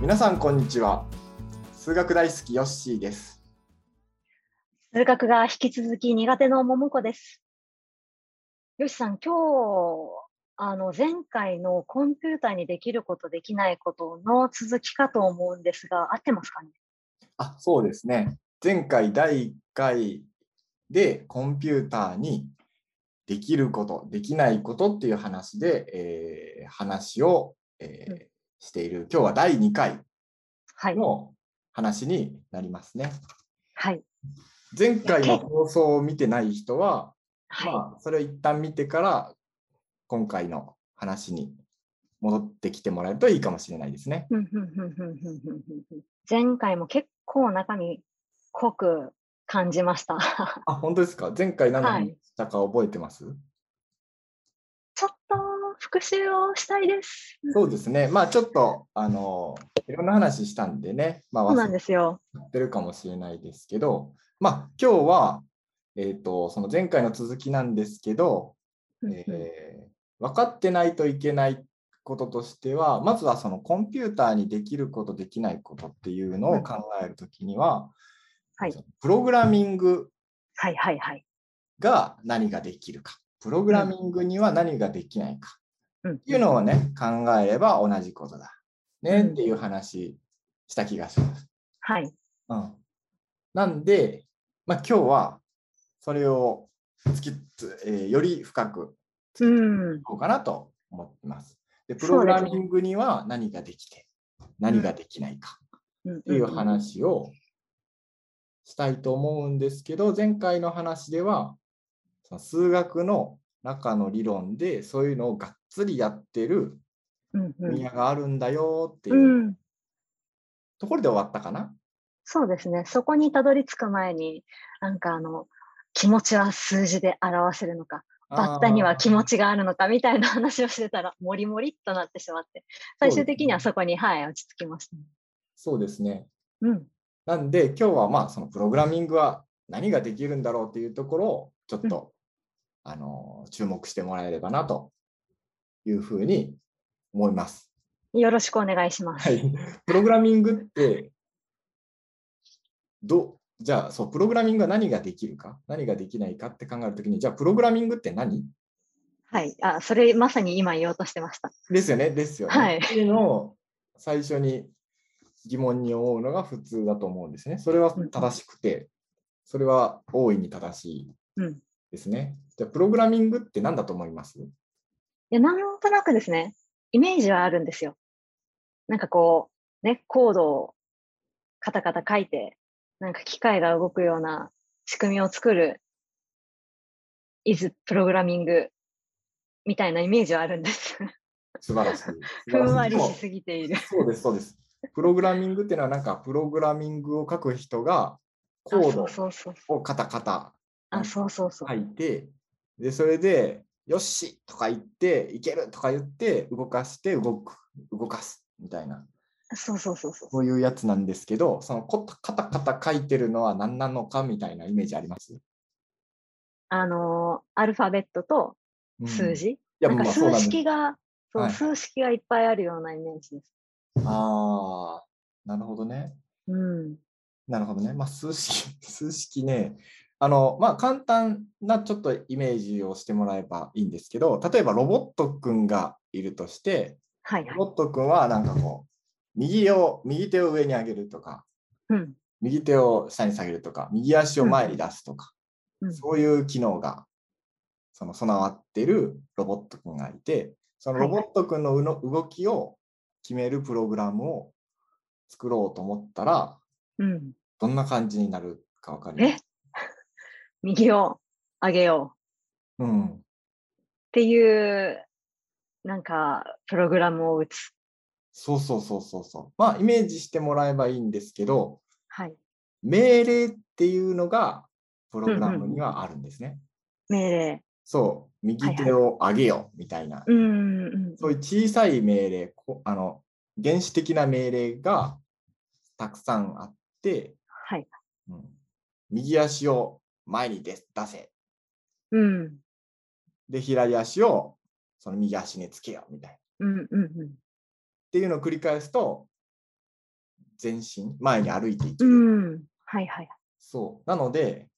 皆さんこんにちは数学大好きヨッシーです数学が引き続き苦手の桃子です。よしさん、今日、あの、前回のコンピューターにできること、できないことの続きかと思うんですが、合ってますかねあそうですね前回第1回でコンピューターにできることできないことっていう話で、えー話を、えーうんしている今日は第2回はい。の話になりますねはい。前回の放送を見てない人ははい。まあ、それを一旦見てから、今回の話に戻ってきてもらえるといいかもしれないですね。ふんふんふんふんふんふんふんふん前回も結構中身濃く感じました。 あ、本当ですか前回何のはい話したか覚えてます、ちょっと復習をしたいです。そうですね。まあ、ちょっと、あの、いろんな話したんでね、まあ、そうな忘んれですよ。てるかもしれないですけど、まあ、今日は、えっ、と、その前回の続きなんですけど、うんうんえー分かってないといけないこととしてはまずはそのコンピューターにできることできないことっていうのを考えるときには、はいそのプログラミングはいはいはい。が何ができるかプログラミングには何ができないかうんっていうのをね考えれば同じことだねうんっていう話した気がします。はい。うん、なんで、まあ、今日はそれを突きつ、えーより深くうん。こうかなと思ってます。で、プそロうグですラねミングには何ができて、何ができないかっっていう。話をしたいと思うんですけど、前回の話では、その数学の中の理論でそういうのをがっつりやってるうんうん分野があるんだよってう。いうんところで終わったかな。そうですね。そこにたどり着く前に、なんかあの、気持ちは数字で表せるのか、バッタには気持ち。ちがあるのかみたいな話をしてたら、もりもりっとなってしまって、最終的にはそこに、はい、落ち着きましたね。そうですね。うん。なんで今日はまあそのプログラミングは何ができるんだろうっていうところをちょっと、あの注目してもらえればなというふうに思います。よろしくお願いします。 はい、プログラミングってどじゃあそうプログラミングは何ができるか何ができないかって考えるときにじゃあプログラミングって何はい。あ、それまさに今言おうとしてました。ですよねですよね。はいっていうのを最初に疑問に思うのが普通だと思うんですね。それは正しくてそれは大いに正しいうん。いですね。じゃあ、プログラミングって何だと思いますや、なんとなくですね、イメージはあるんですよ。なんかこう、ね、コードをカタカタ書いて、なんか機械が動くような仕組みを作る、is プログラミングみたいなイメージはあるん です。素晴らしい。ふんわりし素すぎてい晴る。らしいでもそうです、そうです。プログラミングっていうのは、なんか、プログラミングを書く人が、コあーそうドそうそう。をカタカタあ、そうそうそう。書いて、で、それで、よしとか言って、いけるとか言って、動かして、動く、動かす、みたいな、そうそうそうそう。そういうやつなんですけど、そのコタカタカタ書いてるのは何なのかみたいなイメージあります、あのーアルファベットとうん数い字。や、なんまかあそうな数んです式が、そうはい数式がいっぱいあるようなイメージです。ああ、なるほどね。うん。なるほどね。まあ、数式、 数式ね。あの、まあ、簡単なちょっとイメージをしてもらえばいいんですけど、例えばロボットくんがいるとして、はいはい。ロボットくんはなんかこう、右を、右手を上に上げるとか、うん。右手を下に下げるとか、右足を前に出すとか、うんそういう機能が、その備わってるロボットくんがいて、そのロボットくんのうの動きを決めるプログラムを作ろうと思ったら、うん。どんな感じになるかわかりますえ右を上げようっうん、ていう、なんか、プログラムを打つ。そうそうそうそうそう。まあイメージしてもらえばいいんですけど、はい。命令っていうのがプログラムにはあるんですね。命令。そう、右手を上げよみたいな、うん。うんそういう小さい命令、こあの原始的な命令がたくさんあって、はい。うん、右足を前に出出せ、うん。で左足をその右足につけよみたいな。っうん。うん。うん。ていうのを繰り返すと、前進、前に歩いていく。うん。はいはい。そう。なので、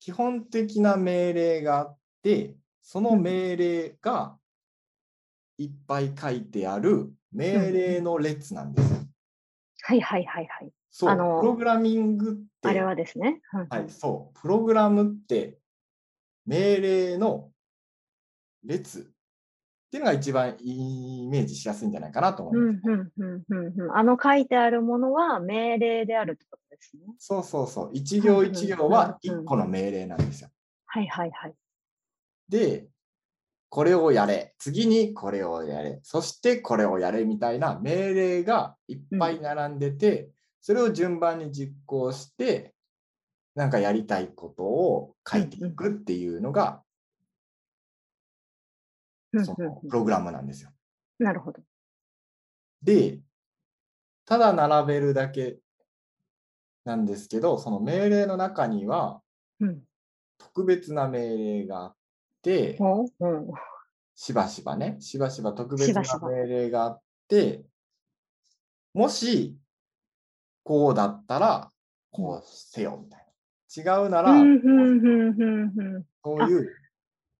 基本的な命令があって、その命令がいっぱい書いてある命令の列なんですよ。はいはいはいはい。そう、あのプログラミングって、あれはですね。うんうんはい、そう、プログラムって命令の列っていうのが一番イメージしやすいんじゃないかなと思います。うんうんうんうんうん。あの書いてあるものは命令であるってことですね。そうそうそう、一行一行はうんうん一個の命令なんですよ。はいはいはい。で、これをやれ、次にこれをやれ、そしてこれをやれみたいな命令がいっぱい並んでて、それを順番に実行して、なんかやりたいことを書いていくっていうのが、うんそうんのプログラムなんですよ。うんなるほど。で、ただ並べるだけなんですけど、その命令の中にはうん。特別な命令があって、おうん。しばしばね、しばしば特別しなばしば命令があって、もし、こうだったら、こうせよみたいな。違うなら、うんうんうんうんうんそういう、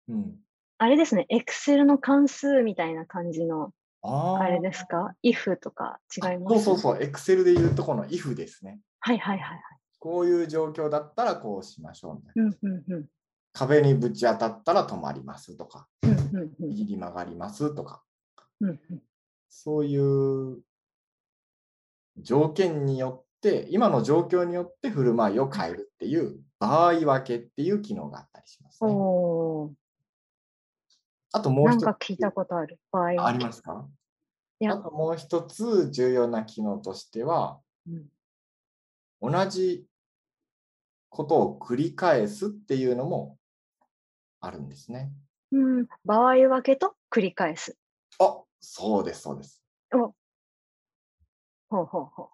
うん。あれですね。エクセルの関数みたいな感じの、あーあれですか ?if とか違いますそうそうそう、Excel で言うとこの if ですね。はいはいはいはい。こういう状況だったらこうしましょうみたいな。うんうんうん。壁にぶち当たったら止まりますとか、うんうんうん右に曲がりますとか、うんうんそういう条件によって、今の状況によって振る舞いを変えるっていう、場合分けっていう機能があったりします、ね。おーあともうな一んつか聞いたことある場合は。ありますかいやあともう一つ重要な機能としては、うん同じことを繰り返すっていうのもあるんですね。うん、場合分けと繰り返す。あそうです、そうです。ほうほうほう。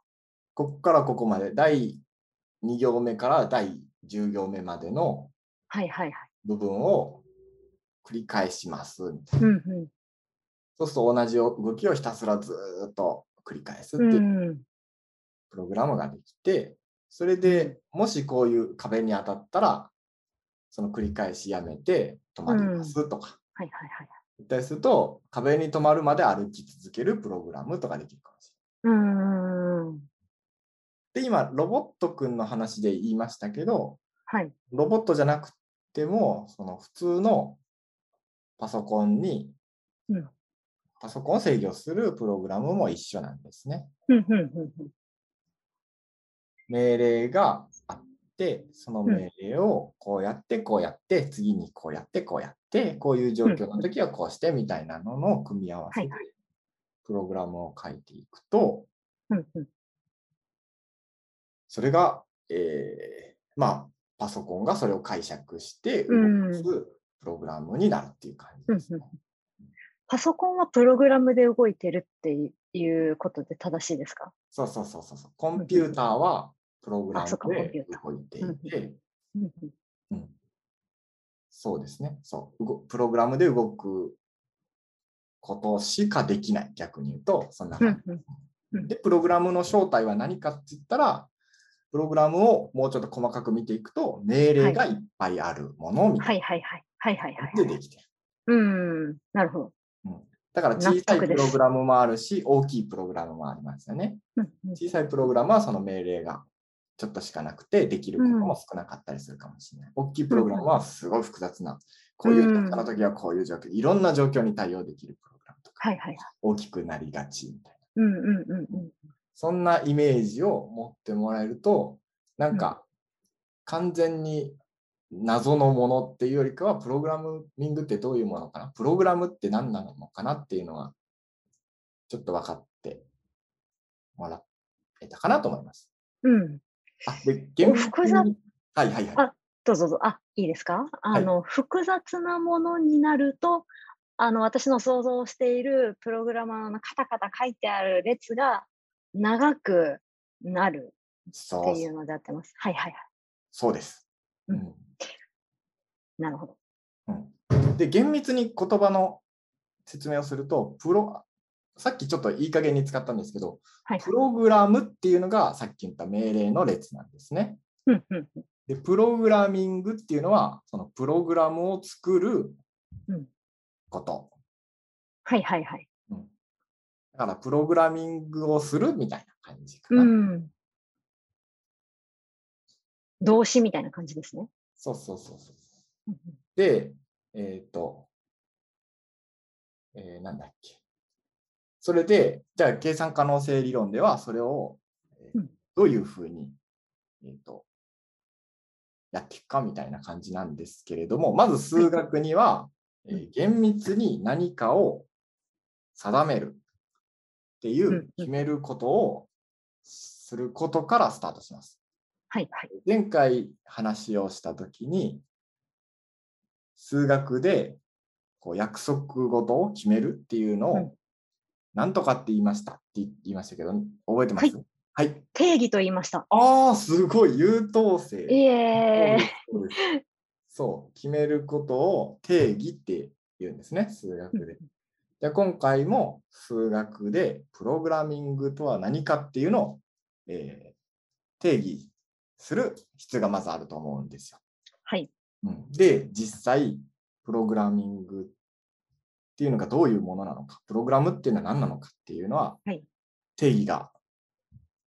ここからここまで、第2行目から第10行目までのはいはいはい。部分を繰り返します。みたいなうんうそうすると同じ動きをひたすらずーっと繰り返すってん。いううんプログラムができて、それでもしこういう壁に当たったら、その繰り返しやめて止まりますとか、はいはいはい。言ったりすると、壁に止まるまで歩き続けるプログラムとかできるかもしれない。うん。で、今、ロボットくんの話で言いましたけど、はい。ロボットじゃなくても、その普通のパソコンに、うんパソコンを制御するプログラムも一緒なんですね。うんうんうんうん。命令があって、その命令をこうやって、こうやって、次にこうやって、こうやって、こういう状況の時はこうしてみたいなのの組み合わせはでいはプログラムを書いていくと、うんうん。それが、えーまあ、パソコンがそれを解釈してうん動かすプログラムになるっていう感じですね。パソコンはプログラムで動いてるっていうことで正しいですかそうそうそうそうそう。コンピューターはプログラあムそっかコンピでュータ動いていて、うんうんうん、そうですねそううご。プログラムで動くことしかできない。逆に言うと、そんなう感んうんじ。で、プログラムの正体は何かって言ったら、プログラムをもうちょっと細かく見ていくと、命令がいっぱいあるものみたはいいはいはい。はいはいはないはのでい。できてる。うん。なるほど。だから小さ納い得プですログラムもあるし、大きいプログラムもありますよね。うんうん小さいプログラムはその命令がちょっとしかなくてできることも少なかったりするかもしれない。大きいプログラムはすごい複雑な、こういううん時の時はこういう状況、いろんな状況に対応できるプログラムとか、はいはいはい。大きくなりがちみたいな。うんうんうんうん。そんなイメージを持ってもらえると、なんか完全に謎のものっていうよりかは、プログラミングってどういうものかな、プログラムって何なのかなっていうのは、ちょっと分かってもらえたかなと思います。うん。あで厳密に複雑はいはいはい。あどうぞどうぞ。あ、いいですかあの、複雑なものになると、あの、私の想像しているプログラマーのカタカタ書いてある列が長くなるっそてういうのであってます。はいはいはそうです、ううんい。なるほど。うん。で、厳密に言葉の説明をすると、プロさっきちょっといい加減に使ったんですけど、はい。プログラムっていうのがさっき言った命令の列なんですね。うんうんうんで、プログラミングっていうのは、そのプログラムを作るうんこと。はいはいはい。うんだから、プログラミングをするみたいな感じかな。うん。動詞みたいな感じですね。そうそうそうそう。うんで、えっ、と、えーなんだっけ。それで、じゃあ、計算可能性理論では、それを、えーうんどういうふうに、えっ、と、やっていくかみたいな感じなんですけれども、まず数学には、えー厳密に何かを定めるっていうんう、うん決めることをすることからスタートします。はいはい。前回話をしたときに、数学でこう約束事を決めるっていうのうんを、なんとかって言いましたって言いましたけど、覚えてますはい。定義と言いました。ああ、すごい、優等生。いえー。そうですそうですそう、決めることを定義って言うんですね、数学で。じゃあ今回も数学でプログラミングとは何かっていうのを、えー定義する必要がまずあると思うんですよ。はい。うん、で、実際、プログラミングっていうのがどういうものなのか、プログラムっていうのは何なのかっていうのは、はい定義が、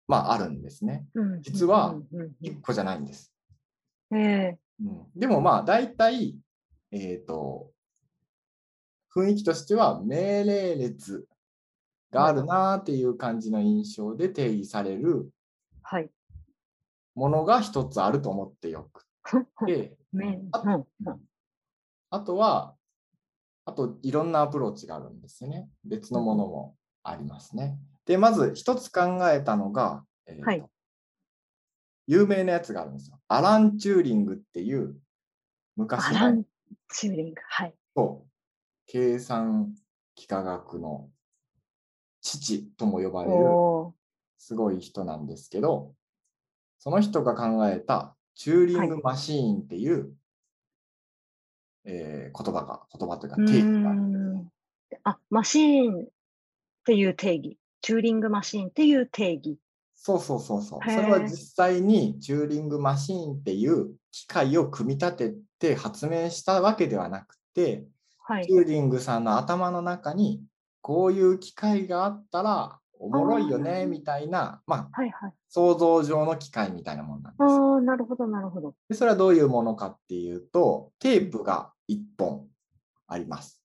まあ、あるんですね。うん実はうんうん1個じゃないんです。うんえうんでもまあ大体、えっ、と、雰囲気としては命令列があるなーっていう感じの印象で定義されるーはい。ものが一つあると思ってよく て、めうんんあうんあとは、あといろんなアプローチがあるんですよね。別のものもありますね。で、まず一つ考えたのが、えーとはい有名なやつがあるんですよ。アラン・チューリングっていう昔アのラン・チューリング。はい。そう。計算幾何学の父とも呼ばれるおーすごい人なんですけど、その人が考えたチューリングマシーンっていう、えー言葉が、言葉というかう定義があるんですーねんあ、マシーンっていう定義。チューリングマシーンっていう定義。そうそうそうそう。へそーれは実際にチューリングマシーンっていう機械を組み立てて発明したわけではなくて、はいチ。ューリングさんの頭の中にこういう機械があったらおもろいよあねーみたいな、まあ、はいはい。想像上の機械みたいなものなんであすよ。あ、なるほど、なるほど。でそれはどういうものかっていうとテープが1本あります。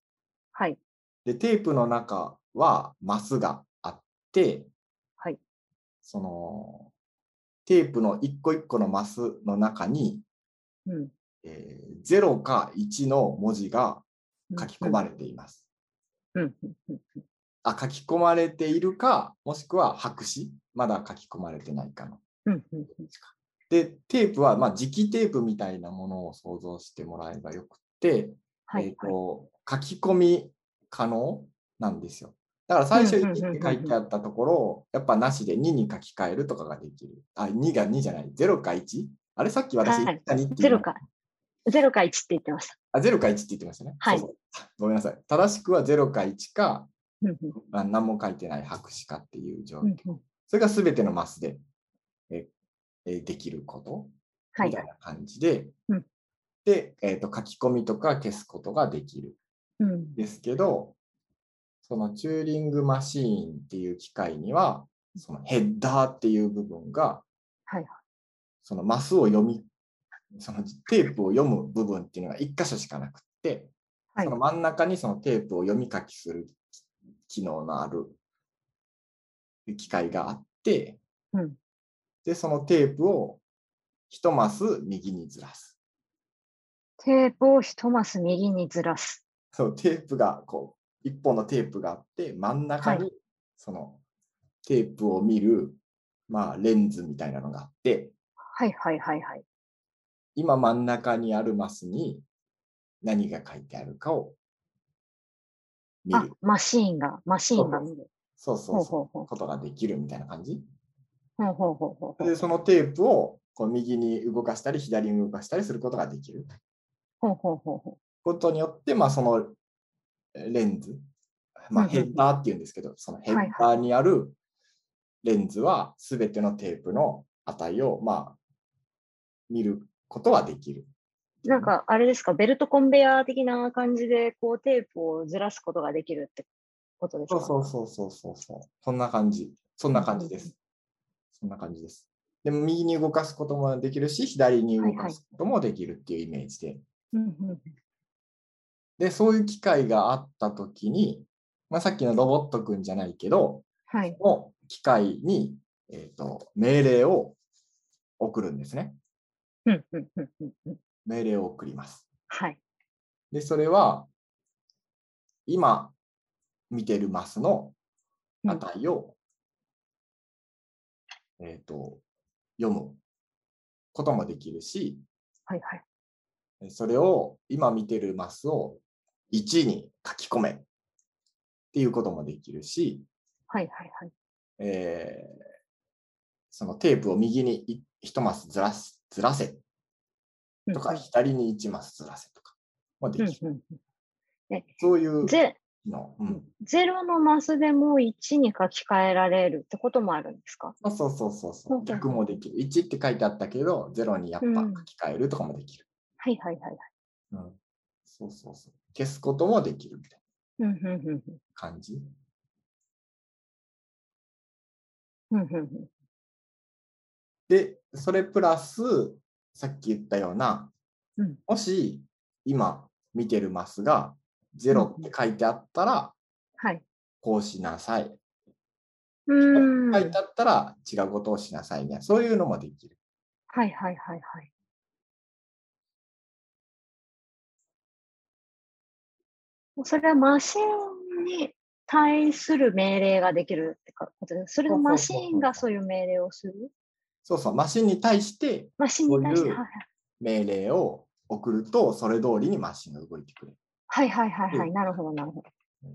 はい。でテープの中はマスがあって、はいそのテープの1個1個のマスの中に、うん。えー0か1の文字が書き込まれれています。うんうんうんあ、書き込まれているか、もしくは白紙、まだ書き込まれてないかの。うんうんうん。で、テープは、まあ、磁気テープみたいなものを想像してもらえばよくて、はい。えっ、はいと、書き込み可能なんですよ。だから最初うんうんうん1っうんて書いてあったところを、やっぱなしで2に書き換えるとかができる。あ、2が2じゃない、0か 1? あれさっき私は1いか2ってゼ言ロうか、ゼロか1って言ってました。あ、0か1って言ってましたね。はいそうそうごめんなさい。正しくは0か1か、うんうんあ何も書いてない白紙かっていう状況。うんうんそれが全てのマスでええできることはみいた。いな感じで、うんで、えーと、書き込みとか消すことができるうんんですけど、そのチューリングマシーンっていう機械には、そのヘッダーっていう部分が、はいそのマスを読み、そのテープを読む部分っていうのが1箇所しかなくって、はいその真ん中にそのテープを読み書きする機能のある機械があって、うんで、そのテープを一マス右にずらす。テープを一マス右にずらす。そう、テープが、こう、一本のテープがあって、真ん中はに、その、テープを見る、まあ、レンズみたいなのがあって、はいはいはいはい。今真ん中にあるマスに何が書いてあるかを見ある。、マシーンが、マシーンが見る。そうそほううそほうほう。ことができるみたいな感じ。う。ほうほうほうほうほう。で、そのテープをこう右に動かしたり、左に動かしたりすることができるほうほうほうほことによって、まあ、そのえレンズ、まあ、うんうんヘッダーっていうんですけど、そのヘッダーにあるレンズは全てのテープの値を、まあ、見ることはできる。なんか、あれですか、ベルトコンベヤー的な感じで、こう、テープをずらすことができるってことですそかうそうそうそうそうそう。そんな感じ。そんな感じです。そんな感じです。でも右に動かすこともできるし、左に動かすこともできるっていうイメージで。うんうんで、そういう機会があったときに、まあ、さっきのロボットくんじゃないけど、はい。の機械に、えー、と命令を送るんですね。うんうんうんうんうん命令を送ります。はい。で、それは、今見てるマスのうん値を、えっ、と、読むこともできるし、はいはい。それを今見てるマスを1に書き込めっていうこともできるし、はいはいはい。えーそのテープを右にい1マスずらすずらせうんとか、左に1マスずらせとかもでうきんる。うんそういうんうゼの、うん、ゼロのマスでも1に書き換えられるってこともあるんですかそうそうそうそううんそうんう、逆もできる。1って書いてあったけど、0にやっぱうん書き換えるとかもできる。はいはいはいはい。うん、そうそうそう。消すこともできるみたいなうんうんうん感じ。うんうんうんで、それプラス、さっき言ったような、うんもし今見てるマスが0って書いてあったら、はい。こうしなさい。うーん。は書いいてあったら違うことをしなさいね。そういうのもできる。はいはいはい。もうそれはマシンに対する命令ができるってことです。それのマシンがそういう命令をするそうそう、マシンに対してマシンに対して。そういう命令を送ると、それ通りにマシンが動いてくれる。はいはいはいはいはうい。んなるほどなるほど。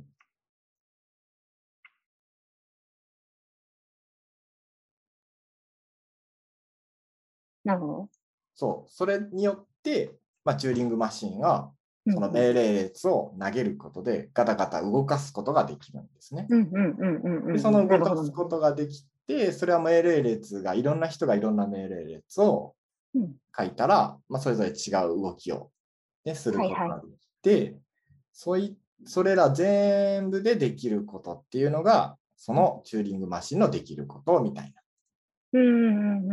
なるほど。そう、それによって、まあ、チューリングマシンがうんそのうん命令列を投げることで、ガタガタ動かすことができるんですね。うんうんうんうんうでん。そのな動るほかどすことができて、それは命令列がいろんな人がいろんな命令列をうん書いたら、まあ、それぞれ違う動きを、ね、することはいができて、そういそれら全部でできることっていうのが、そのチューリングマシンのできることみたいな、うんうんうんうんうん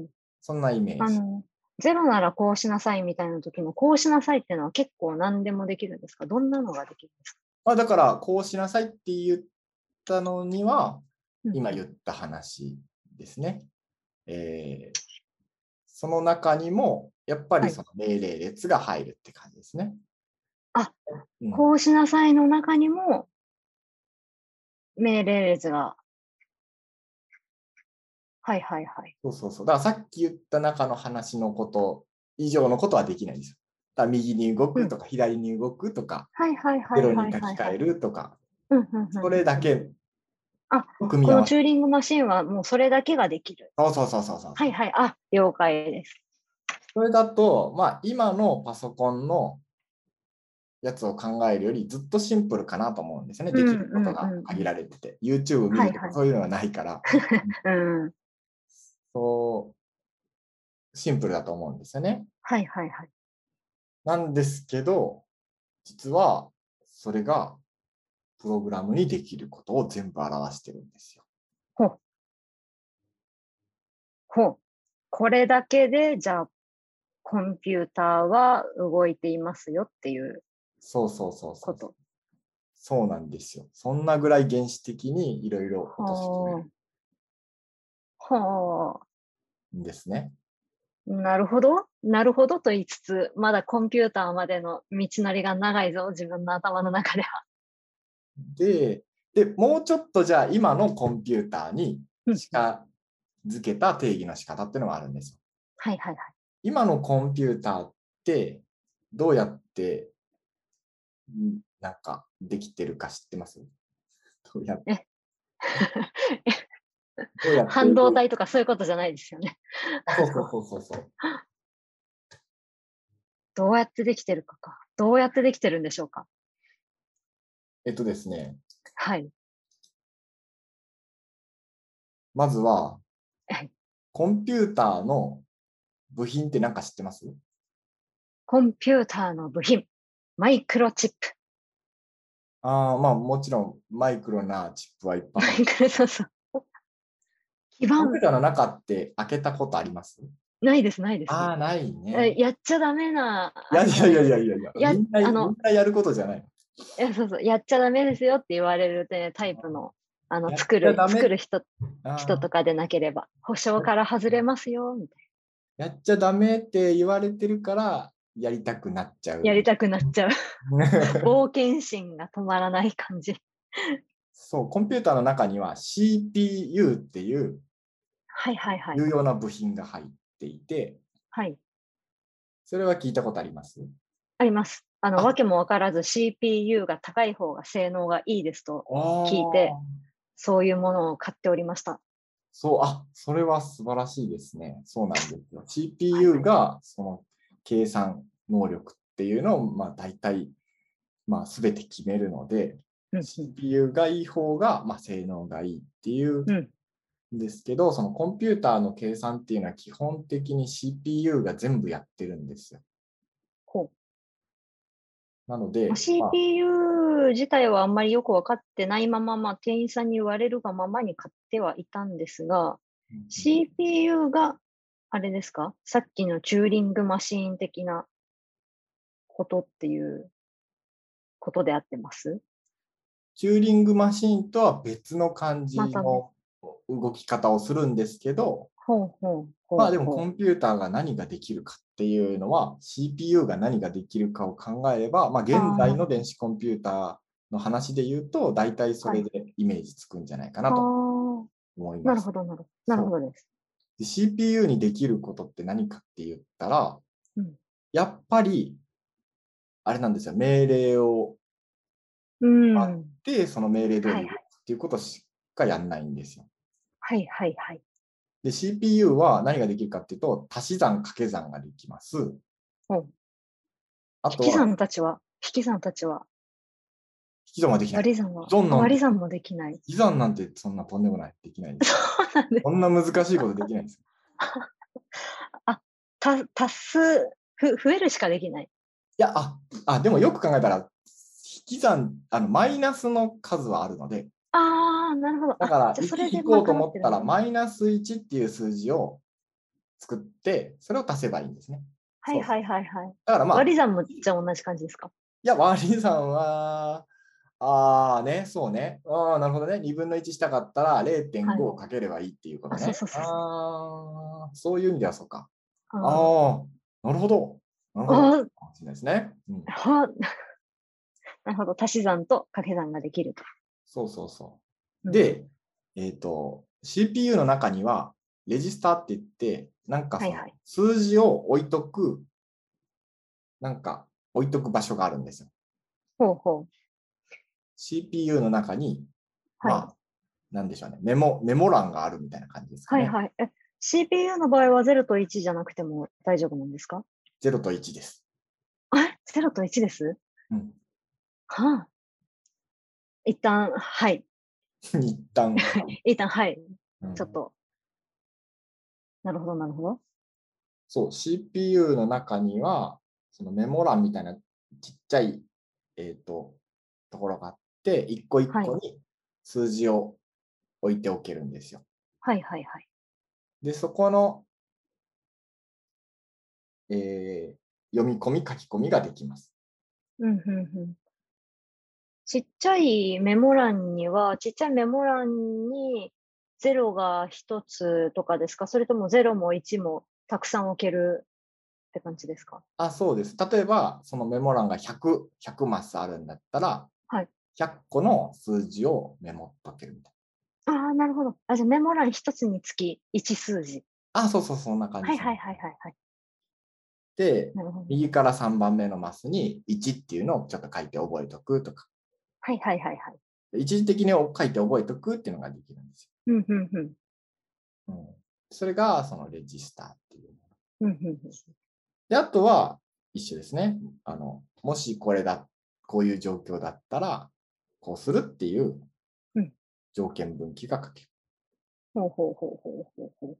うん。そんなイメーあジ。の、ゼロならこうしなさいみたいな時のこうしなさいっていうのは結構何でもできるんですかどんなのができるんですかまあ、だから、こうしなさいって言ったのには、今うん言った話ですね。えーその中にも、やっぱはりいその命令列が入るって感じですね。あうんこうしなさいの中にも命令列が。はいはいはい。そうそうそう。だからさっき言った中の話のこと以上のことはできないんですよ。だから右に動くとか、左に動くとか、はいはいはゼいロはいはい、に書き換はえい。るとか、うんうんうんそれだけあの組みこ合のわせ。チューリングマシンはもうそれだけができる。そうそうそうそうそう。はいはい。あ、了解です。それだと、まあ、今のパソコンのやつを考えるよりずっとシンプルかなと思うんですよね。うんでうんうきんることが限られてて、YouTube 見るとはいはかいそういうのはない から、うん。そう、シンプルだと思うんですよね。はいはいはい。なんですけど、実はそれがプログラムにできることを全部表してるんですよ。ほう。これだけで、じゃあ、コンピューターは動いていますよっていうそうそうそうそこう。と。そうなんですよ。そんなぐらい原始的にいろいろ落とし込めるはあ。んですね。なるほど。なるほどと言いつつ、まだコンピューターまでの道のりが長いぞ、自分の頭の中では。で、で、もうちょっとじゃあ今のコンピューターに近づけた定義の仕方っていうのがあるんですよ。 はいはいはい。今のコンピューターってどうやってんなんかできてるか知ってます どうやってえ どうやって半導体とかそういうことじゃないですよね。そうそうそうそうそう。どうやってできてるかか。どうやってできてるんでしょうか。えっとですね、はい。まずははい、コンピューターの部品って何か知ってますコンピューターの部品。マイクロチップ。ああ、まあもちろんマイクロなチップは一般マイクロ、そうそう。コンピ基ュ盤、ーターの中って開けたことありますないです、ないです。ああ、ないえね。やっちゃダメな。いやいやいやいやいやいやみんなあのみんなやることじゃない。いやそうそう、やっちゃダメですよって言われる、ね、タイプの、あやの、っちゃ作るダ、メ作る人、あー人とかでなければ、保証から外れますよ、みたいやっちゃダメって言われてるから、やりたくなっちゃう。な。やりたくなっちゃう。く冒険心が止まらない感じ。 そう、コンピューターの中には CPU っていうはいはいはい。有用な部品が入っていて、はい。それは聞いたことありますあります。あの、あわけもわからず CPU が高い方が性能がいいですと、聞聞いて。そういうものを買っておりました。そう、あ、それは素晴らしいですね。そうなんですよ。CPU がその計算能力っていうのを、まあ大体、まあ全て決めるので、うんうん CPU がいい方が、まあ、性能がいいっていううんんですけど、そのコンピューターの計算っていうのは基本的に CPU が全部やってるんですよ。ほなので、まあまあ CPU 自体はあんまりよく分かってないまま、まあ、店員さんに言われるがままに買ってはいたんですが、CPU が、あれですかさっきのチューリングマシーン的なことっていうことであってますチューリングマシンとは別の感じまたねの動き方をするんですけど、ほうほうほうまあでもほうコンピューターが何ができるかっていうのは CPU が何ができるかを考えれば、まあ、現在の電子コンピューターの話で言うと大体それでイメージつくんじゃないかなとあ思いあ、なまるすほ。ど、なるほど。なるほどです。で CPU にできることって何かって言ったら、うんやっぱりあれなんですよ命令をうん。あはでその命令通りはいにはっていうことしかやんないんですよ。いはいはい。で CPU は何ができるかっていうと足し算掛け算ができます。うんあと引きは算たちは、引き算たちは、引き算はできない。割り算は、どんどん割り算もできない。以算なんてそんなとんでもない、でき ないです。そうなんですこんな難しいことできないです。た足すふ、増えるしかできない。いや、あ、あでもよく考えたら、引き算、あのマイナスの数はあるので、ああ、なるほど。だからあ、じゃあそれ1で引こうと思った賄ら、てるんだマイナス1っていう数字を作って、それを足せばいいんですね。はいはいはいはい。だからまあ、割いり算もじゃあ同じ感じですか。や、割り算は、ああね、そうね。ああ、なるほどね。2分の1したかったらはい0.5をかければいいっていうことね。あそうそうそうそうあーそういう意味ではそうか。ああーあー、なるほど。なるほど。あー、かもしれないですね。うん、は なるほど。足し算と掛け算ができると。そうそうそうう。ん、で、えっ、と、CPU の中には、レジスターって言って、なんかそのはいはい数字を置いとく、なんか置いとく場所があるんですよ。ほうほう。 CPU の中に、はい。まあ、なんでしょうね。メモ、メモ欄があるみたいな感じですかはね。いはい。え、CPU の場合は0と1じゃなくても大丈夫なんですか0と1です。あ、0と1ですうん。 はあ。一旦、はい。一旦、一旦、はい。うんちょっと。なるほど、なるほど。そう、CPU の中には、そのメモ欄みたいなちっちゃい、えー、とところがあって、一個一はい個に数字を置いておけるんですよ。はいはいはい。で、そこの、えー読み込み、書き込みができます。うんうんうん。ちっちゃいメモ欄には、ちっちゃいメモ欄に0が1つとかですかそれとも0も1もたくさん置けるって感じですかあ、そうです。例えば、そのメモ欄が100、100マスあるんだったら、はい100個の数字をメモっとけるみたいああ、なるほど。あ、じゃあメモ欄1つにつき1数字。な。あ、そうそう、そんな感じではいすね。はいはいはい。はいで、なるほど。右から3番目のマスに1っていうのをちょっと書いて覚えとくとか、はいはいはいはい。一時的に書いて覚えとくっていうのができるんですうんうんうん。よ。うん、それがそのレジスターっていう。うんうんうんで、あとは一緒ですね。あのもしこれだ、こういう状況だったら、こうするっていううん条件分岐が書ける。ほうほうほうほうほうほう。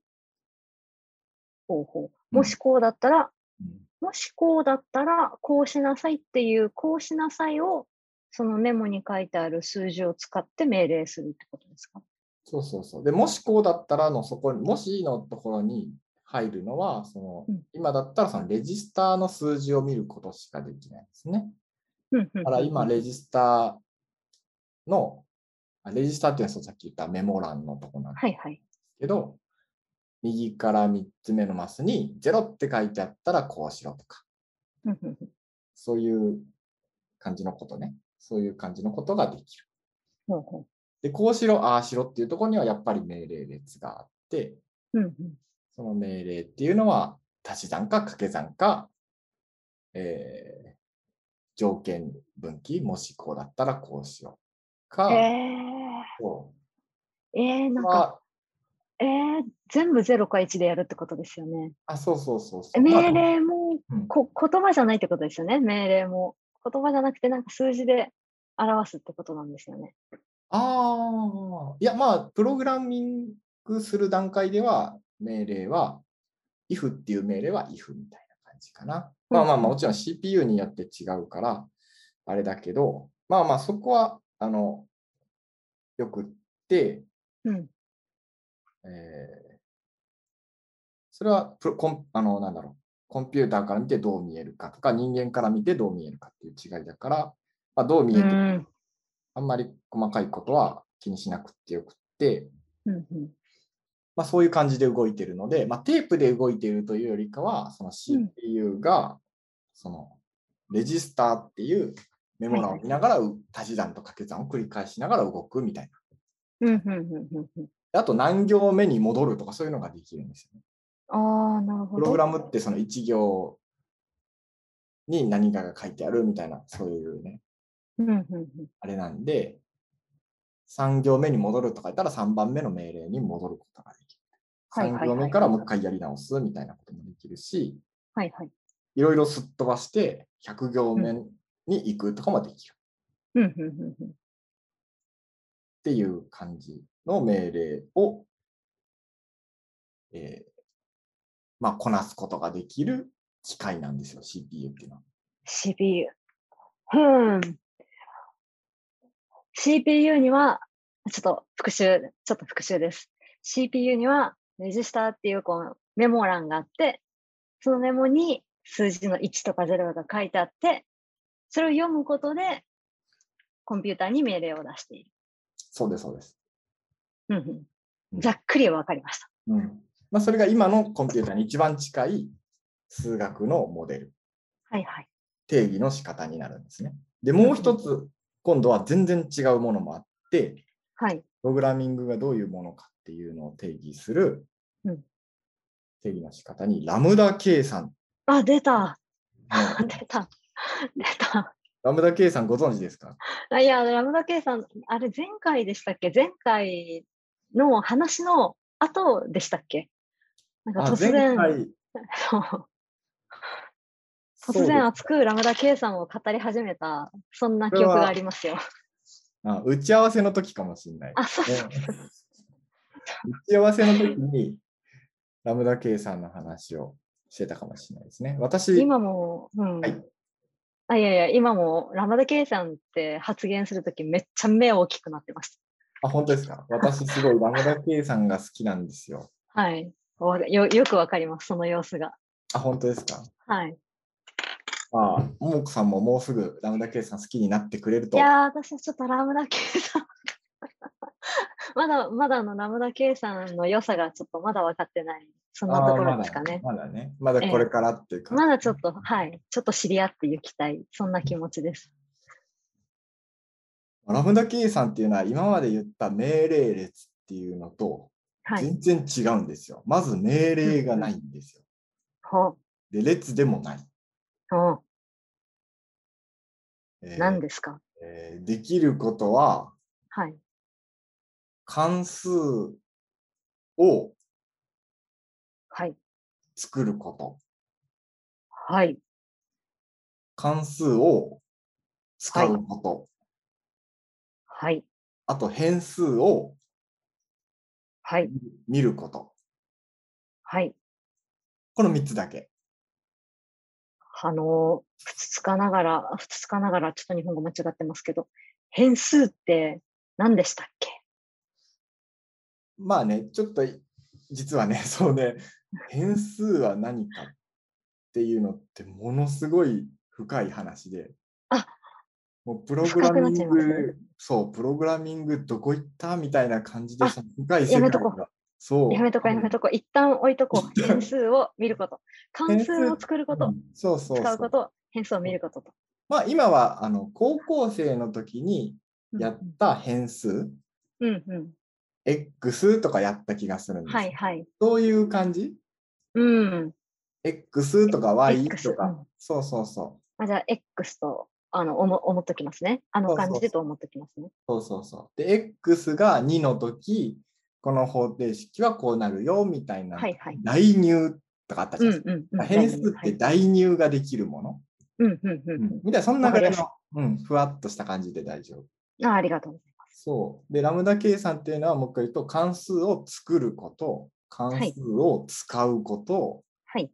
ほうほうう。んもしこうだったら、うんもしこうだったら、こうしなさいっていう、こうしなさいを、そのメモに書いてある数字を使って命令するってことですかそうそうそう。で、もしこうだったらのそこに、もしのところに入るのは、そのうん今だったらそのレジスターの数字を見ることしかできないですね。うんうだん。から今、レジスターの、あレジスターっていうのはそうさっき言ったメモ欄のとこなんですはいはい。けど、右から3つ目のマスに0って書いてあったらこうしろとか、うんうんうんそういう感じのことね。そういう感じのことができる。ほうほで、こうしろ、ああしろっていうところにはやっぱり命令列があって、う。うんうん。その命令っていうのは足し算か掛け算か、えー条件分岐、もしこうだったらこうしようか、えこー、えー、うなんか、まえー、全部0か1でやるってことですよね。あ、あそうそうそうそう。命まあ令もうんこ、言葉じゃないってことですよね、命令も。言葉じゃなくて、なんか数字で表すってことなんですよね。ああ、いや、まあ、プログラミングする段階では、命令は、if っていう命令は if みたいな感じかな。まあまあまあ、もちろん CPU によって違うから、あれだけど、まあまあ、そこは、あの、よくって、うん。えーそれはプロコンあのなんだろうコンピューターから見てどう見えるかとか人間から見てどう見えるかっていう違いだから、まあ、どう見うえてもん。あんまり細かいことは気にしなくてよくって、うんうん。まあ、そういう感じで動いてるので、まあ、テープで動いているというよりかはその CPU がそのレジスターっていうメモ欄を見ながらう足し算と掛け算を繰り返しながら動くみたいな。うんうんうんうんうん。であと何行目に戻るとかそういうのができるんですよね。ああ、なるほど。プログラムってその一行に何かが書いてあるみたいな、そういうね、うんうんうん。あれなんで、3行目に戻るとか言ったら3番目の命令に戻ることができる。はいはいは3い行目からもう一回やり直すみたいなこともできるし、はいはい。いろいろすっ飛ばして100行目に行くとかもできるうんうんうんうん。っていう感じの命令を、えーまあ、こなすことができる機械なんですよ、CPU っていうのは。 CPU。ふーん。CPU には、ちょっと復習、ちょっと復習です。CPU には、レジスターっていうこうメモ欄があって、そのメモに数字の1とか0が書いてあって、それを読むことで、コンピューターに命令を出している。そうです、そうです。うんううんん、ざっくりは分かりました。うんまあ、それが今のコンピューターに一番近い数学のモデル、はいはい。定義の仕方になるんですね。で、もう一つ、今度は全然違うものもあって、はい。プログラミングがどういうものかっていうのを定義するうん定義の仕方に、ラムダ計算。 あ、出た。ね出た。出た。ラムダ計算ご存知ですかあいや、ラムダ計算、あれ前回でしたっけ前回の話の後でしたっけなんかあ突然、回そうそう突です然熱くラムダ計算を語り始めた、そんな記憶がありますよ。あ打ち合わせの時かもしれない。あ、そうそう。ね打ち合わせの時にラムダ計算の話をしてたかもしれないですね。私、今も、うん。はいあいやいや、今もラムダ計算って発言するときめっちゃ目大きくなってましあ、本当ですか。私、すごいラムダ計算が好きなんですよ。た。はい。わよよくわかります、その様子が。あ、本当ですか。はい。ああ、ももこさんももうすぐラムダ計算好きになってくれるいと。やー、私はちょっとラムダ計算。まだ、まだあのラムダ計算の良さがちょっとまだ分かってない。そんなところですかね。ああまだまだね。まだこれからっていうか、まだちょっと、はい。ちょっと知り合っていきたい。そんな気持ちです。ラムダ計算っていうのは、今まで言った命令列っていうのとはい。全然違うんですよ。まず命令がないんですよ。ほで、列でもない。う。ほえう。ー何ですかえーできることは、はい。関数をはい。作ること。はい。関数を使うこと。はい。あと変数をはい。見ること。はい。この3つだけ。あのー、ふつつかながら、ふつつかながら、ちょっと日本語間違ってますけど、変数って何でしたっけまあね、ちょっと実はね、 そうね、変数は何かっていうのってものすごい深い話で。あもうプログラミン深くなっちゃいますグ、そう、プログラミングどこ行ったみたいな感じで、あその深い世界やめとこうが。そう。やめとこうやめとこう。一旦置いとこう。変数を見ること。関変数数を作るこうと。んそうそう使うそこう。と。変数を見ることと。まあ今はあの高校生の時にうんやった変数、うんうん。 X とかやった気がするんです。はいはい。そういう感じうん。 ?X とか Y X とか、うんそうそうそう。あじゃあ、X と、あの、思思っときますね。あのそうそう感じでと思っときますね。そうそうそう。で、X が2の時、この方程式はこうなるよみたいな、はいはい。代入とかあったじうゃんないですうんか。変数っうん。はてい代入ができるもの、うんうんうんうんみたいな、そんなわか感りじやすいの、うん、ふわっとした感じで大丈夫。うん。あありがとう。そう。で、ラムダ計算っていうのは、もう一回言うと、関数を作ること、関い数を使うこと、はい。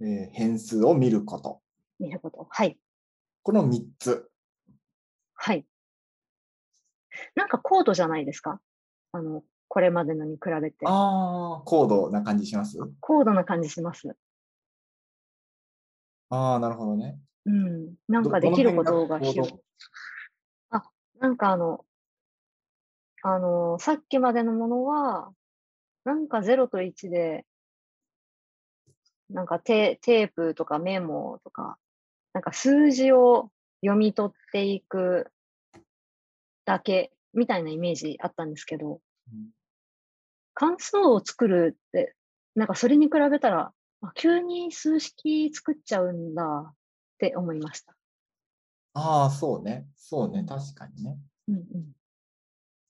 えー変数を見ること。見ること。はい。この3つ。はい。なんかコードじゃないですか。あの、これまでのに比べて。ああ、コードな感じしますコードな感じします。ああ、なるほどね。うん。ななんかできることが広い。なんかあの、あの、さっきまでのものは、なんか0と1で、なんかテテープとかメモとか、なんか数字を読み取っていくだけみたいなイメージあったんですけどうん、関数を作るって、なんかそれに比べたら、あ急に数式作っちゃうんだって思いました。ああ、そうね。そううね。ん確かにね。うんうん、い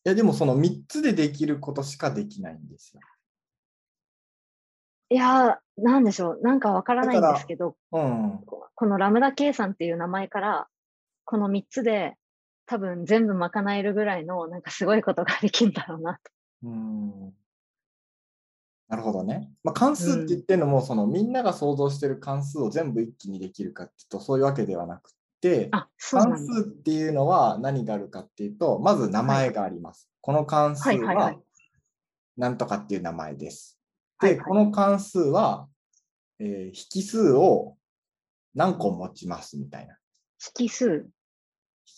や、でもその3つでできることしかできないんですよ。いやー、なんでしょう。なんかわからないんですけど、うん。ここのラムダ計算っていう名前から、この3つで多分全部賄えるぐらいのなんかすごいことができるんだろうなうん。なるほどね。まあ、関数って言ってるのも、そのみんなが想像してる関数を全部一気にできるかっていうと、そういうわけではなくって、と。あ、そう関なんだ。数っていうのは何があるかっていうと、まず名前があります。この関数はいはいは。はいなんとかっていう名前です。はで、いはいこの関数は、えー引数を何個持ちますみたいな。引数、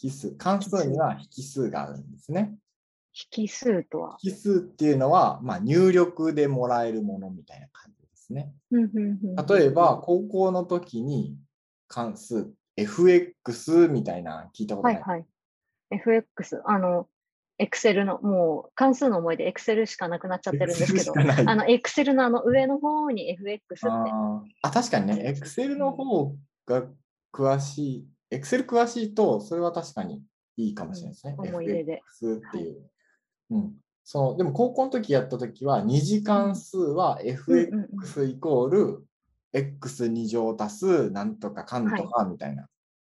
引数、関数には引数があるんですね。引数とは。引数っていうのは、まあ、入力でもらえるものみたいな感じですね。例例えば、、高校の時に関数 fx みたいなの聞いたことはないい。はい。FX、あの、エクセルの、もう関数の思い出、エクセルしかなくなっちゃってるんですけ Excel しど、かないあの、エクセルのあの上の方に FX って、あーあ、確かにね、Excel の方が詳しい、Excel 詳しいと、それは確かにいいかもしれないですね。うん思い出で FX っていう。うん。そう、でも高校の時やった時は、二次関数は FX うんうんうん x イコール x2 乗足すなんとかかんとかみたいな、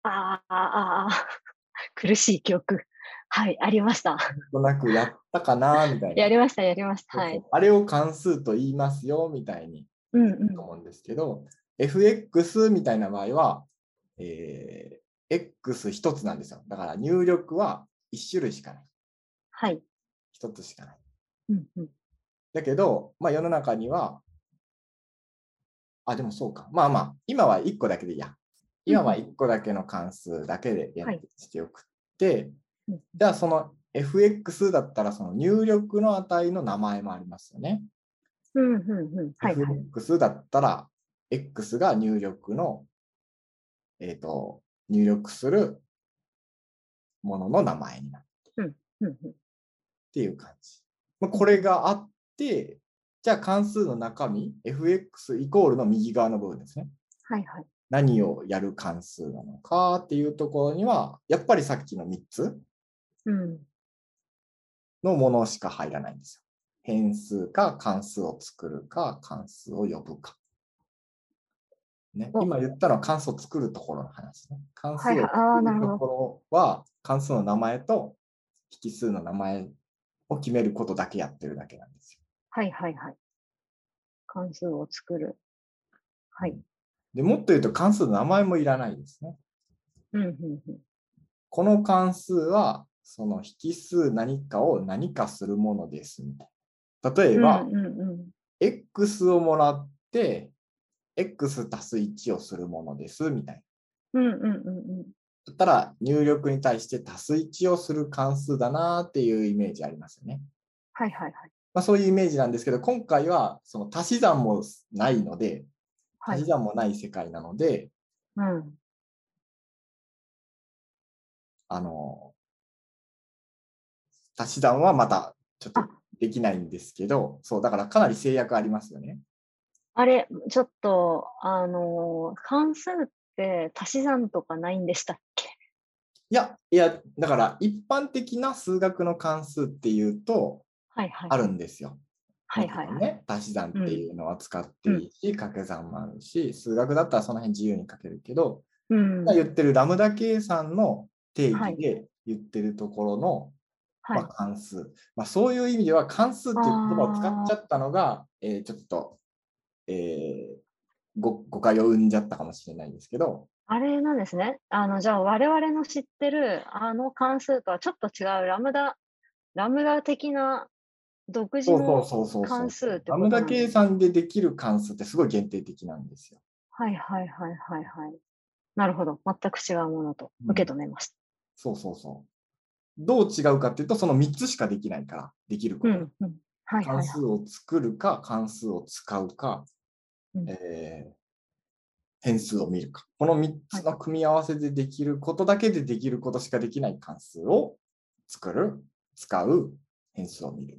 あーあー、あー苦しい記憶。はい、ありました。なんとなくやったか なみたいなやりました、やりました。はそういそ。うあれを関数と言いますよみたいにうんうとん。思うんですけど、fx みたいな場合は、えー x1 つなんですよだから入力は1種類しかないはい。 1つしかないうんうん。だけど、まあ、世の中にはあでもそうかまあまあ今は1個だけでいいや今は1個だけの関数だけでやっはいしておくって、うんじゃあその fx だったらその入力の値の名前もありますよね。うんうんうん。はいはい。 fx だったら x が入力の、えっと入力するものの名前になるっうんうんていう感じ。まあ、これがあってじゃあ関数の中身 fx イコールの右側の部分ですね。はいはい。何をやる関数なのかっていうところにはやっぱりさっきの3つうん。のものしか入らないんですよ。変数か関数を作るか関数を呼ぶか。ね、お今言ったのは関数を作るところの話ね。関数はいをはい。ああ、作なるるとほど。ころは関数の名前と引数の名前を決めることだけやってるだけなんですよ。はいはいはい。関数を作る。はい。でもっと言うと関数の名前もいらないですね。うんうんうん。この関数はその引数何かを何かするものですみたいな。例えば、うんうんうん。 X をもらって X 足す1をするものですみたいな。うんうんうんうん。だったら入力に対して足す1をする関数だなっていうイメージありますよね。はいはいはい。まあ、そういうイメージなんですけど、今回はその足し算もないので、は足しい。算もない世界なので、うん。あの、足し算はまたちょっとあできないんですけど、そう、だからかなり制約ありますよね。あれ、ちょっと、あのー関数って足し算とかないんでしたっけいや、いや、だから一般的な数学の関数っていうと、はいはい。あるんですよ。はいはいもちろんはい。ね、足し算っていうのは使っていいし、掛け算もあるし、数学だったらその辺自由に書けるけど、うん。今はい言ってるラムダ計算の定は義いで言ってるところの、まあ、関数、まあ、そういう意味では関数っていう言葉を使っちゃったのが、えーちょっと、えーご誤解を生んじゃったかもしれないんですけど、あれなんですね。あの、じゃあ我々の知ってるあの関数とはちょっと違うラムダ、ラムダ的な独自そうそのうそうそう関数ってことラなムんだダ計算でできる関数ってすごい限定的なんですよ。はいはいはいはいはい。なるほど。全く違うものとうん受け止めましそうそうそう。どう違うかっていうと、その3つしかできないから、できるこた。うと。んうん。はいはいは関い。数を作るか、関数を使うか、うんえー変数を見るか。この3つの組み合わせでできることだけでできることしかできない関数を作る、使う、変数を見る。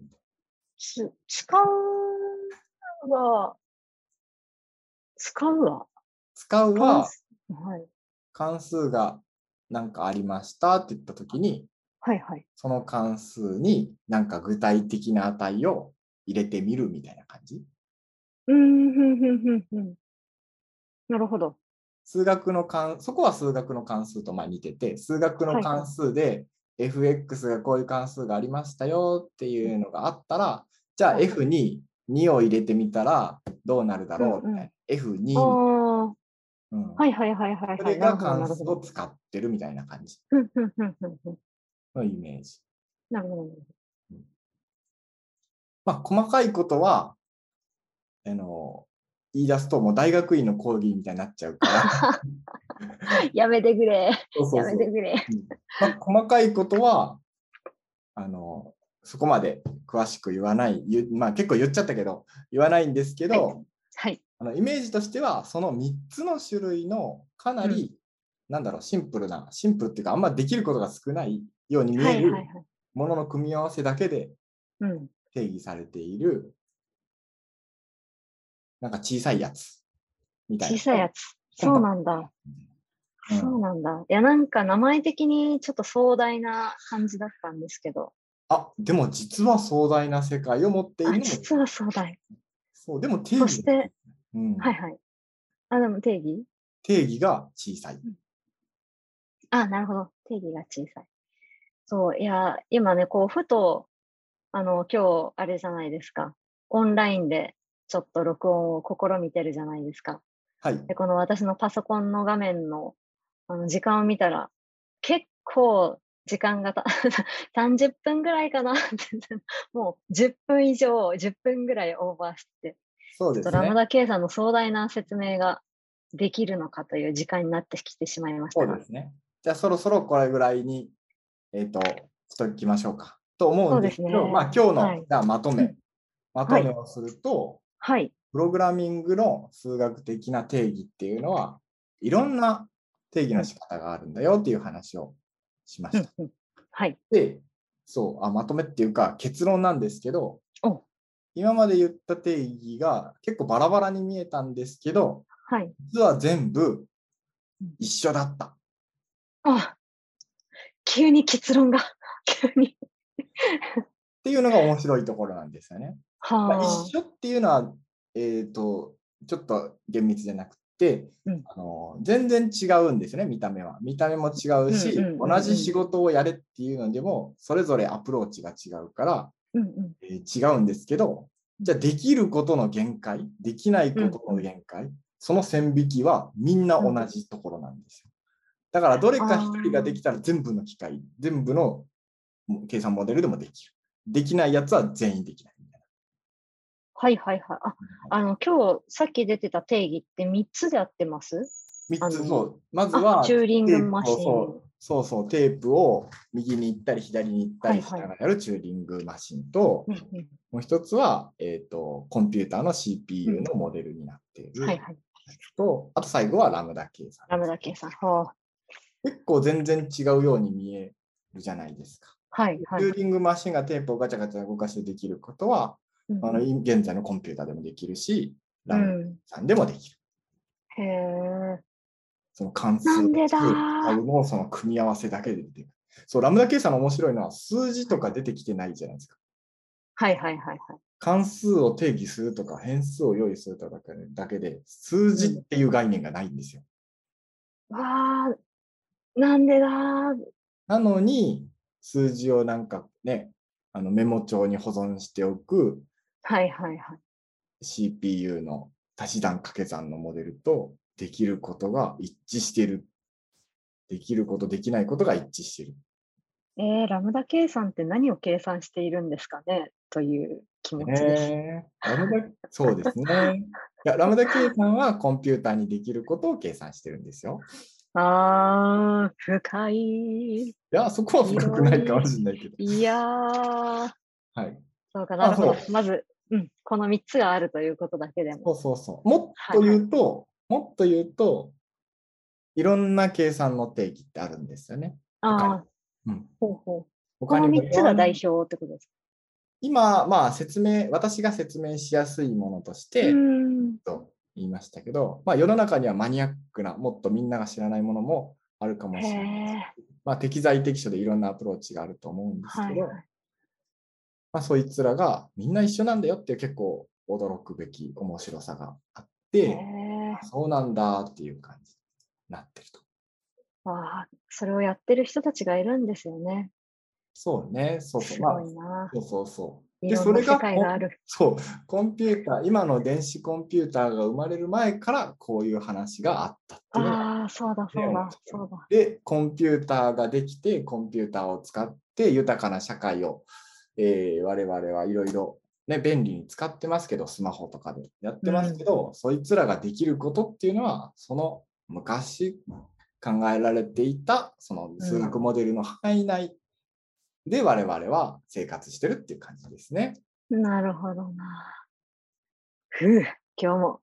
つ使うは、使うは使うは関数はい関数が何かありましたって言ったときに、はいはい。その関数になんか具体的な値を入れてみるみたいな感じ。うーん、ふんふんふんふん。なるほど。数学の関そこは数学の関数とまあ似てて数学の関数で fx がこういう関数がありましたよっていうのがあったらじゃあはい f に2を入れてみたらどうなるだろうみたいな f2、あうんあ、はいはいはいはいそはれい。がなるほど、な関る数ほをど。使ってるみたいな感じふんふんふんふんふんのイメージ。なるほどなるほど。まあ細かいことはあの言い出すともう大学院の講義みたいになっちゃうから やめてくれ。そうそうやそうめてくれ。まあ、細かいことはあのそこまで詳しく言わない、ゆまあ、結構言っちゃったけど言わないんですけど、はいはい。あのイメージとしてはその3つの種類のかなり、なんだろうシンプルなシンプルっていうかあんまできることが少ないように見はえいはいはるい。ものの組み合わせだけでうん。定義されているなんか小さいやつみたいな。小さいやつ。そうなんだ。うんそうなんだ。いや、なんか名前的にちょっと壮大な感じだったんですけど。あでも実は壮大な世界を持っているあのも実は壮大。そうでも定そ義して、うんはいはい。あ、でも定義定義が小さい。あ、なるほど。定義が小さい。そう、いや、今ね、こう、ふと、あの、今日、あれじゃないですか。オンラインで、ちょっと録音を試みてるじゃないですか。はい。で、この私のパソコンの画面の、あの、時間を見たら、結構、時間がた、30分ぐらいかなって もう10分以上、10分ぐらいオーバーして、そうちょでっとすラムね。ダ計算の壮大な説明ができるのかという時間になってきてしまいましたそが。うですね。じゃあそろそろこれぐらいに、えっ、と、しときましょうか。と思うんですけど、そうですねまあ今日の、はいじゃあまとめ、うんまとめをすると、はい。プログラミングの数学的な定義っていうのは、いろんな定義の仕方があるんだよっていう話をしまうした。んうんはい。で、そうあ、まとめっていうか結論なんですけどお、今まで言った定義が結構バラバラに見えたんですけど、はい。実は全部一緒だった。あ、急に結論が、 急に。っていうのが面白いところなんですよね。まあはあ。一緒っていうのは、えっ、と、ちょっと厳密じゃなくって、うんあの全然違うんですよね見た目は見た目も違うし、うんうんうんうん同じ仕事をやれっていうのでもそれぞれアプローチが違うから、うんうん。えー違うんですけどじゃあできることの限界できないことの限界、その線引きはみんな同じところなんですよだからどれか一人ができたら全部の機械全部のもう計算モデルでもできるできないやつは全員できないみたいはいはいはい。あ、あの、今日さっき出てた定義って3つで合ってますな3あつのそうまずあは、チューリングマシテープをン。そうそう、テープを右に行ったり左に行ったりはしいなはいがらやるチューリングマシンと、うんうんもう一つは、えーと、コンピューターの CPU のモデルになっているはいはい。と、あと最後はラムダ計算。ラムダ計算。は結構全然違うように見えるじゃないですか。あはいはいチュ。ーリングマシンがテープをガチャガチャ動かしてできることは、うんあの現在のコンピューターでもできるし、ラうムん。ダさんでもできる。へえ。その関数なんでだ数のその組み合わせだけで出てくる。そう、ラムダ計算の面白いのは数字とか出てきてないじゃないですか。はいはいはいはい。関数を定義するとか変数を用意するとかだけでだけで数字っていう概念がないんですよ。わあ、なんでだーなのに数字をなんかねあのメモ帳に保存しておくはいはいはい。 CPU の足し算掛け算のモデルとできることが一致してる。できることできないことが一致してる。えー、ラムダ計算って何を計算しているんですかねという気持ちです。ねえラムダそうですね。いやラムダ計算はコンピューターにできることを計算してるんですよ。あー、深い。いや、そこは深くないかもしれないけど。いやー、はい。そうかまなあるほどそ。まず、うん、この3つがあるということだけでも。そうそうそう。もっと言うと、もっと言うと、いろんな計算の定義ってあるんですよね。あー、うん、ほうほう。こ他のにも3つが代表ってことです今、まあ、説明、私が説明しやすいものとしか。て、うーん。と言いましたけど、まあ、世の中にはマニアックな、もっとみんなが知らないものもあるかもしへれない。え。まあ、適材適所でいろんなアプローチがあると思うんですはけいど、はい。まあ、そいつらがみんな一緒なんだよっていう結構驚くべき面白さがあって、へえ。そうなんだっていう感じになってると。わあ、それをやってる人たちがいるんですよね。そうね、そうそう。すまあごいな。そうそうそう。いで、ろそんなれが世コ界があン、る。そう、コンピューター、今の電子コンピューターが生まれる前から、こういう話があったっていうのが。ああ、そうだそうだ、そうだ。で、コンピューターができて、コンピューターを使って、豊かな社会を、えー我々はいろいろ、ね、便利に使ってますけど、スマホとかでやってますけど、そいつらができることっていうのは、その昔考えられていた、その数学モデルの範囲内で我々は生活してるっていう感じですね。なるほどな。ふう、今日も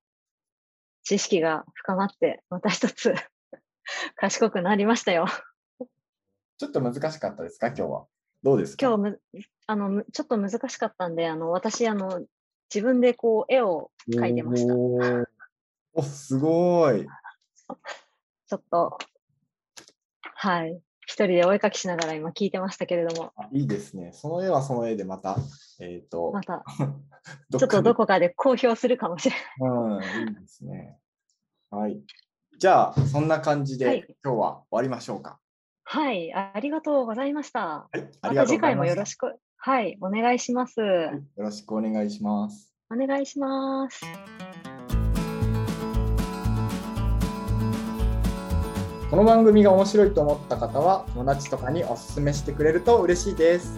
知識が深まって、また一つ 賢くなりましたよ。ちょっと難しかったですか、今日は。どうですか今日むあのむちょっと難しかったんで、あの私あの、自分でこう絵を描いてました。ちおーおすごい。ょっと、はい、一人でお絵描きしながら今聞いてましたけれども、あいいですね。その絵はその絵でまた、えっ、と、またどちょっかとでどこかで公表するかもしれない。うん、いいですね。はい。じゃあ、そんな感じで、はい今日は終わりましょうか。 はい、ありがとうございました。はい。あまりたがとう次ござい回まもす。よろしく、はい、お願いします。よろしくお願いします。お願いします。この番組が面白いと思った方は、友達とかにお勧めしてくれると嬉しいです。